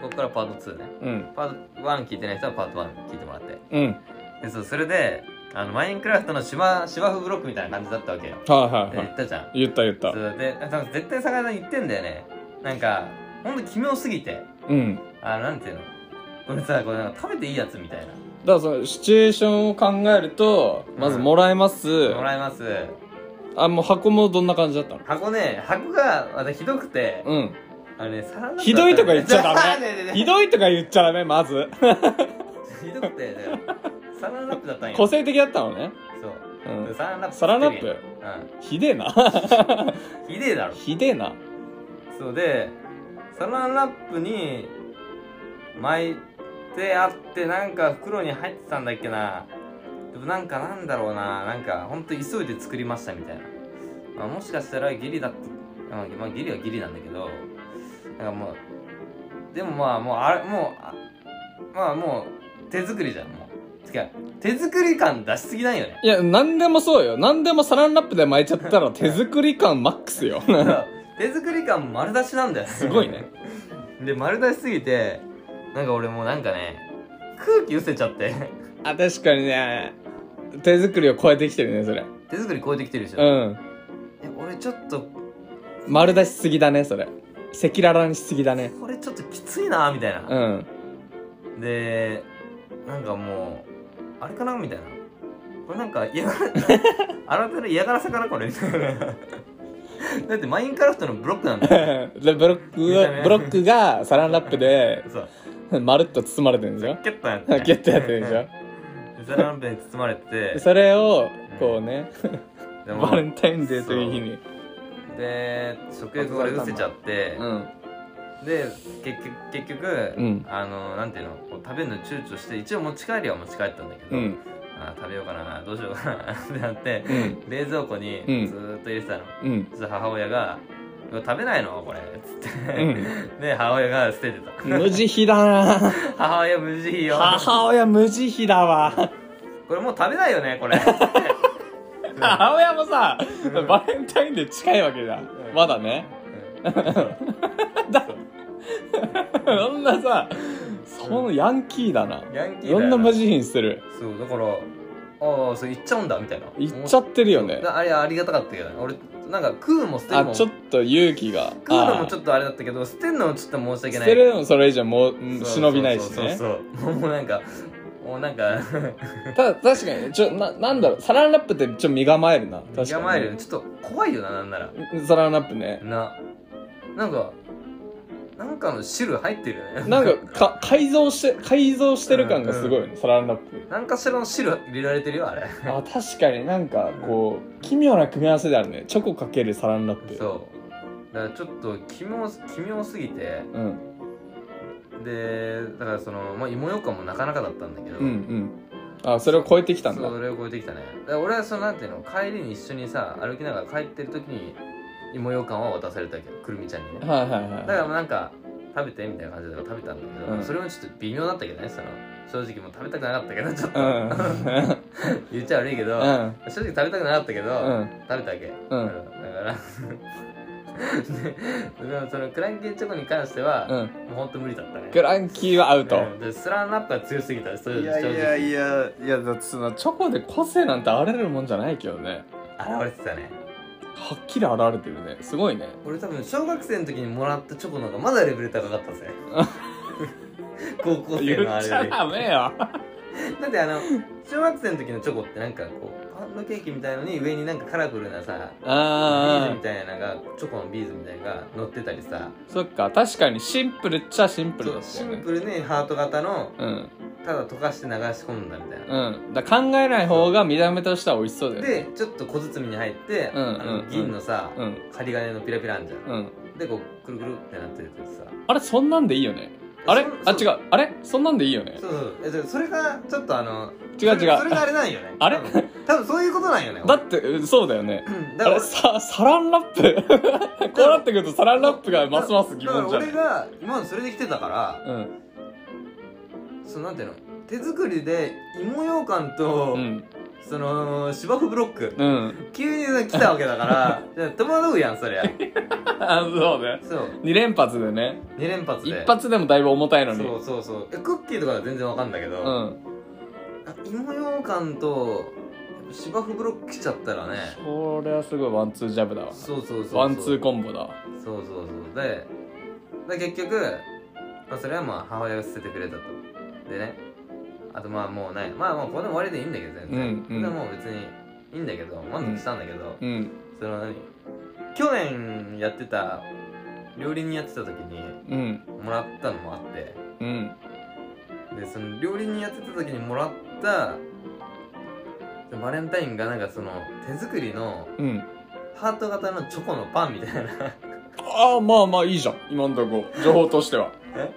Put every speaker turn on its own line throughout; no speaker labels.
これはパート2ね
うん
パート1聞いてない人はパート1聞いてもらって
うん
でそうそれであのマインクラフトの芝芝生ブロックみたいな感じだったわけよ
はい
で
はいは
言
い
ったじゃん
言った言った
そうで多分絶対坂井さん言ってんだよねなんかほんと奇妙すぎて
うん
あのなんていうのこれさこれなんか食べていいやつみたいな
だからそのシチュエーションを考えるとまずもらえます、
もらいます
あもう箱もどんな感じだったの
箱ね箱がまたひどくて
うん
あのねサランラップ
ひどいとか言っち ゃ
ねえ
ダ
ねえね
メ
え
ひどいとか言っちゃダメまず
ひどくてだよサランラップだったんよ
個性的だったのね、
そう
う
で
ん、
サランラップ
サランラップ
う
ひでえな
んひでえだろ
ひでえな
そうでサランラップに巻いてあってなんか袋に入ってたんだっけなでもなんかなんだろうななんかほんと急いで作りましたみたいな、まあ、もしかしたらギリだった、うんまあ、ギリはギリなんだけどなんかもうでもまあもうあれもうあまあもう手作りじゃんもう違う手作り感出しすぎないよね
いや何でもそうよ何でもサランラップで巻いちゃったら手作り感マックスよ
そう手作り感丸出しなんだよ
すごいね
で丸出しすぎてなんか俺もうなんかね空気失せちゃって
あ確かにね手作りを超えてきてるねそれ
手作り超えてきてるでしょ、
うん
え俺ちょっと
丸出しすぎだねそれ赤裸々にしすぎだね
これちょっときついなみたいな
う、ん
でなんかもうあれかなみたいなこれなんか嫌が らあなたの嫌がらせかなこれみたいなだってマインクラフトのブロックなんだよ
でブロック
見た
は
目
ブロックがサランラップで
そう
まるっと包まれてるんですよ
キュッとやって、
ギュッとやってるでしょ
ょサランペに包まれてて
でそれをこうね
でも
バレンタインデーという日に
で食欲俺失せちゃって、
ん
で結局結局、
うん
あのなんていうのこう食べるの躊躇して一応持ち帰りは持ち帰ったんだけど、
うん
あー食べようかなどうしようかな ってなって
うん
冷蔵庫に
うん
ずーっと入れてたの、
うん
そしたら母親が「これ食べないのこれ」っつって、
う
で母親が捨ててた
無慈悲だな
母親無慈悲よ
母親無慈悲だわ
これもう食べないよねこ れ
母親もさバレンタインデー近いわけじゃん
うん
まだねだそんなさそのヤンキーだな
ヤンキーだ
い
よ
ろんな無慈悲にする
そうだからああそう言っちゃうんだみたいな
言っちゃってるよね
なあれありがたかったけどね俺なんか食うも捨てる
あ
も
ちょっと勇気が
食うのも
あ
ちょっとあれだったけど捨てんのもちょっと申し訳
捨
ない
てるのもそれ以上もう
そう
忍びないし
そう
ね
そうそうもうなんかもうなんか
ただ確かにちょななんだろうサランラップってちょっと身構えるな確かに
身構えるよねちょっと怖いよななんなら
サランラップね
ななんかなんかの汁入ってるよね
なんかか改造して改造してる感がすごいね、サランラップ
なんかしらの汁入れられてるよあれ
あ確かになんかこう奇妙な組み合わせであるねチョコかけるサランラップ
そうだからちょっと奇妙奇妙すぎて
うん
でだからその、まあ、芋ようかんもなかなかだったんだけど、
うんうんあそれを超えてきたんだ
そうそれを超えてきたねだから俺はそのなんていうの帰りに一緒にさ歩きながら帰ってる時に芋ようかんは渡されたけどくるみちゃんにね
はいはい
だか
は
らもうなんか食べてみたいな感じで食べたんだけど、
うん
それもちょっと微妙だったけどねその正直もう食べたくなかったけどちょっ
い
と、 言っちゃ悪いけど、
うん
正直食べたくなかったけど、
うん
食べたわけ、
うん
だから ででもそのクランキーチョコに関しては、
うん
もうほんと無理だったね
クランキーはアウト、
うんでスランラップが強すぎたそれ
いやいやいやいやだってそのチョコで個性なんてあれるもんじゃないけどね
正直現れてたね
はっきり現れてるねすごいね
俺多分小学生の時にもらったチョコなんかまだレベル高かったぜ 高校生
言
のあ
っ
れ
ち
よ
ゃ
り
ダメ
だ
よ
ってあの小学生の時のチョコってなんかこうパンのケーキみたいのに上になんかカラフルなさビーズ
あ
みたいなのがチョコのビーズみたいなのが乗ってたりさ
ーそっか確かにシンプルっちゃシンプルだった
シ
よ
ン
ね
プルにハート型の
うん
ただ溶かして流し込んだみたいな、
うんだから考えない方が見た目としては美味しそうだよね
でちょっと小包に入って、
うんうん
あの銀のさ、
うん
針金のピラピラあんじゃん、
うん
でこうくるくるってなってるやつさ
あれそんなんでいいよねあれ
そ
あ違
そう
あれそんなんでいいよね
そうそうえじゃあそれがちょっとあの
違う違う
それそれがあれなんよね
あれ
多分多分そういうことなんよね
だってうんそうだよね
うんだ
あれさサランラップこうなってくるとサランラップがますます疑
だから
問じゃない
俺が今までそれで来てたから、
うん
そのなんていうの手作りで芋ようかんと
うん
その芝生ブロック
うん。
急に来たわけだから じゃあ戸惑うやんそりゃ
あ、そうね。
そう
2連発でね。
2連発
一
で
発でもだいぶ重たいのに。
そうそうそうえクッキーとかは全然わかんだけど、
うん。
あ芋ようかんとやっぱ芝生ブロック来ちゃったらね
そりゃすごいワンツージャブだわ。
そうそうそうそう
ワンツーコンボだわ。
そうそうそうでで結局、まあ、それはまあ母親が捨ててくれたとでねあとまあもうねまあもうこれで終わりでいいんだけど全然、
うんうん
でもう別にいいんだけど満足したんだけど、
うん。
その何去年やってた料理人やってた時に
うん。
もらったのもあって
うん。
でその料理人やってた時にもらったバレンタインがなんかその手作りの
うん。
ハート型のチョコのパンみたいな
ああ、まあまあいいじゃん。今んとこ。情報 としては。
え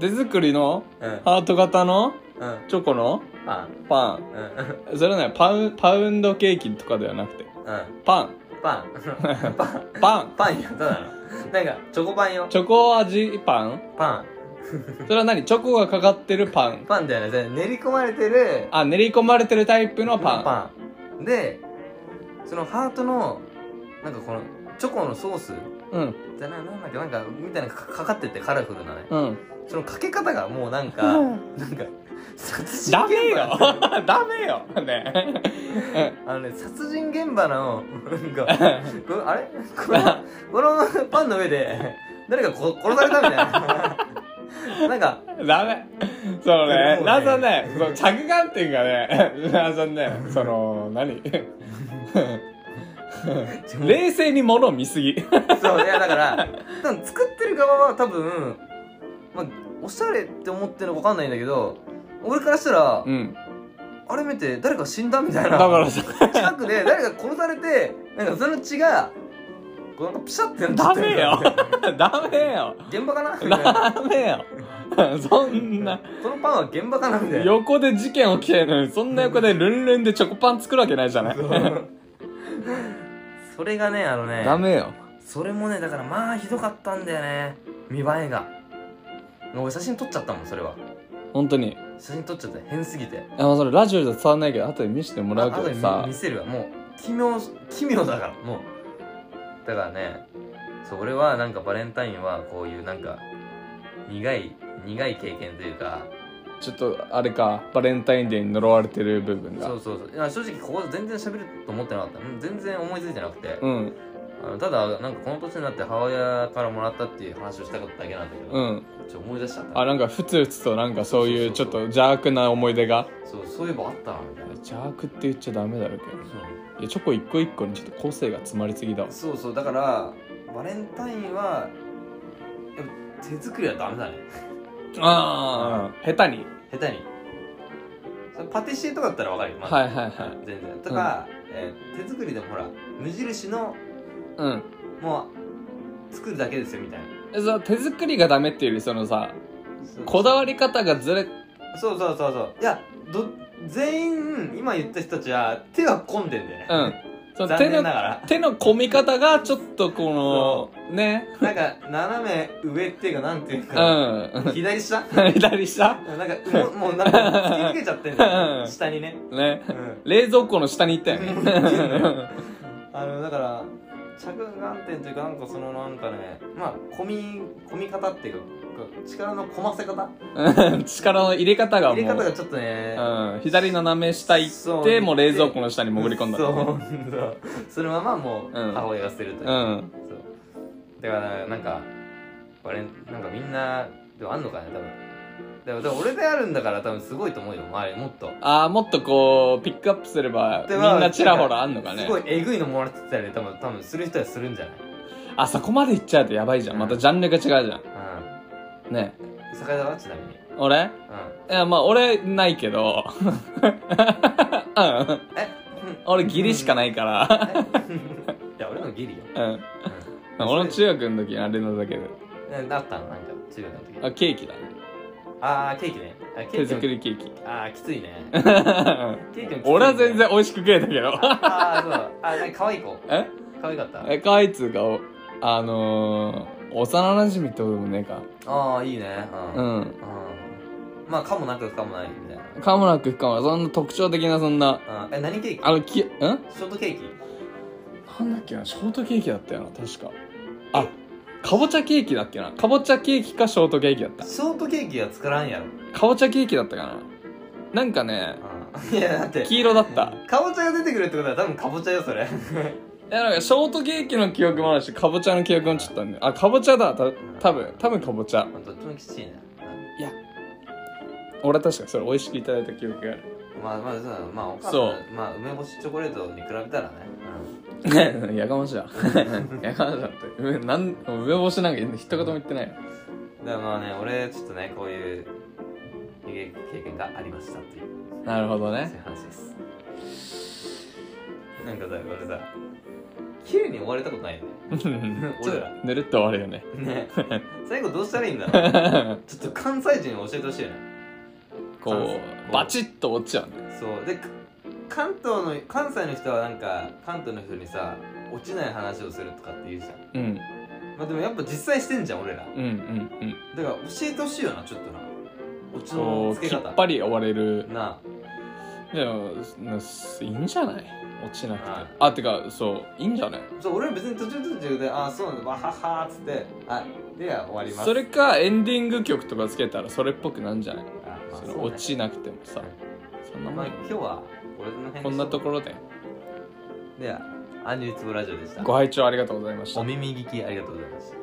手作りの
うん
ハート型の
うん
チョコの
パン
パン。
うんうん
それはね、パウパウンドケーキとかではなくて。
うん
パン。
パンパン
パン。
パンやっただろなんかチョコパンよ
チョコ味パン
パ
それは何チョコがかかってるパ
ン
ン。
パンだよね練り込まれてる
あ、練り込まれてるタイプのパン。
パンでそのハートのなんかこのチョコのソース
うん。
じゃななんだっけなんかみたいなのかかかっててカラフルなね
うん。
そのかけ方がもうなんかなんか殺人
ダメ
現
よ
場
ダメよね
あのね殺人現場のなん かこれあれこのこのパンの上で誰かこ殺されたみたいな なんか
ダメ。そう
もう
ね
ね。
なんさね、その着眼点がね、なんさね、その、何冷静に物を見すぎ。
そういやだから多分作ってる側は多分、まあ、おしゃれって思ってるのか分かんないんだけど俺からしたら、
うん。
あれ見て誰か死んだみたい
だ
な
からさ、
近くで誰か殺されてなんかその血がこうなんかピシャってな
ダ
って
メよ。ダメよ。
現場か なみたいな
ダメよ。そんな、
このパンは現場かなみたいな
横で事件起きてるのに、そんな横でルンルンでチョコパン作るわけないじゃない
そ。う それがねあのね
ダメよ。
それもねだからまあひどかったんだよね見栄えが俺写真撮っちゃったもんそれは
本当に。
写真撮っちゃって変すぎて
あ、それラジオじゃ伝わんないけど、後で見せてもらう
あ
け
後で
ど
見
さ
見。せるわもう奇妙奇妙だからもうだからねそう俺はなんかバレンタインはこういうなんか苦い苦い経験というか
ちょっとあれかバレンタインデーに呪われてる部分
そ
が
うそうそういや正直ここ全然喋ると思ってなかったうん全然思いついてなくて、
うん
あのただなんかこの年になって母親からもらったっていう話をしたかっただけなんだけど、
うん
ちょっと思い出しちゃった
あなんかふつふつとなんかそういうちょっと邪悪な思い出が
そうそういえばあったなみたいな
邪悪って言っちゃダメだろうけど
そう
いやチョコ一個一個にちょっと個性が詰まりすぎだわ
そうそうだからバレンタインはやっぱ手作りはダメだね
ああ下手に
下手にそれパティシエとかだったらわかるよ、まだ
はいはいはい
全然とか、えー手作りでもほら無印の
うん
もう作るだけですよみたいな
えその手作りがダメっていうよりそのさ
そう
こだわり方がずれ
そうそうそうそういやど全員今言った人たちは手は込んでんだ
う
よ
ん
ね、
その
残
手
念
の
ながら
手の込み方がちょっとこのね
なんか斜め上っていうかなんていう
う
か、
ん
左下
左下
なんかもうもうなんか突き抜けちゃってんだ
う
よ
ん
下にね、
ね
うん、
冷蔵庫の下に行 ったよ
うん行ってんだ
ね
よあのだから着眼点というかなんかそのなんかねまあ込み込み方っていうか力の込ませ方
うん力の入れ方が
入
もう
れ方がちょっとね
うん、左斜め下行
そ
っ
う
てもう冷蔵庫の下に潜り込んだ
そうそうそのままもう
うん
母親が捨てるという、
うん
そうだからなんかバレンなんかみんなでもあんのかね多分でもでも俺であるんだから多分すごいと思うよ周りもっと
ああもっとこうピックアップすればみ
で
ん
まあ
なちらほらあんのか
す
ね
ごいえぐいのもらってたり多分多分する人はするんじゃない
あそこまで行っちゃうとやばいじゃんまたジャンルが違うじゃ
うん
んね
坂井田はちなみに
俺
う
いやまあ俺ないけどうん
んえ
俺義理しかないから
え いや俺のギリよ、
うん
うん、
俺の中学の時にあれのだけで
えなったのなんか中学の時
あケーキだね
ああケーキねあケーキ
手作りケーキ
ああきつい ねケーキもきついね
俺は全然美味しく食えたけど
ああそうだあなんか可愛い子
え
可愛かった
えかわいいっつうかおあのー、幼馴染ってことでもねえか
ああいいねうん、
うん
うんまあかもなくかもないみたいな
かもなく不可もなくそんな特徴的なそんな
あえ何ケーキ
あのきんなん
ショートケーキ
だっけなショートケーキだったよな確かあかぼちゃケーキだっけなかぼちゃケーキかショートケーキだった
ショートケーキは作らんやろ
かぼちゃケーキだったかななんかね
うんいやだって
黄色だった
かぼちゃが出てくるってことは多分かぼちゃよそれ
いやなんかショートケーキの記憶もあるしかぼちゃの記憶もちょっとあるねあかぼちゃだた多分多分かぼちゃ
どっちもきついな
俺は確かにそれ美味しくいただいた記憶があ
まあまあそうだまあお母さん
そう
まあ梅干しチョコレートに比べたらね、
る やかましいわ やかましいわって梅なん梅干しなんか一言も言って ないよ
うん、だからまあね俺ちょっとねこういう経験がありましたっていう
なるほど
そう
ね
いう話ですなんかさ俺さ綺麗に終われたことないよね 俺ら
ぬるっと終わるよね
ね最後どうしたらいいんだろうちょっと関西人に教えてほしいよね感
こ
想
うバチッと落ちちゃうね
そうでか関東の関西の人はなんか関東の人にさ落ちない話をするとかって言うじゃん
うん
まあでもやっぱ実際してんじゃん俺らだか
うんうん
ら教えてほしいよなちょっとな落ち
うん
の
こ
つ
う
け
きっ
方
ぱり終われる
な
でもないいんじゃない落ちなくて
はい
あてかそういいんじゃない
あそう俺は別に途中途中で「ああそうなんだわはは」っつって「あでは終わります」
それかエンディング曲とかつけたらそれっぽくなんじゃない
あ、まあ
そ
そう
の
ね
落ちなくてもさそんな
ま
も
あ
ん
今日はこれの辺に
こんなところで
では「アンジュイツボラジオ」でした
ご拝聴ありがとうございました
お耳聞きありがとうございました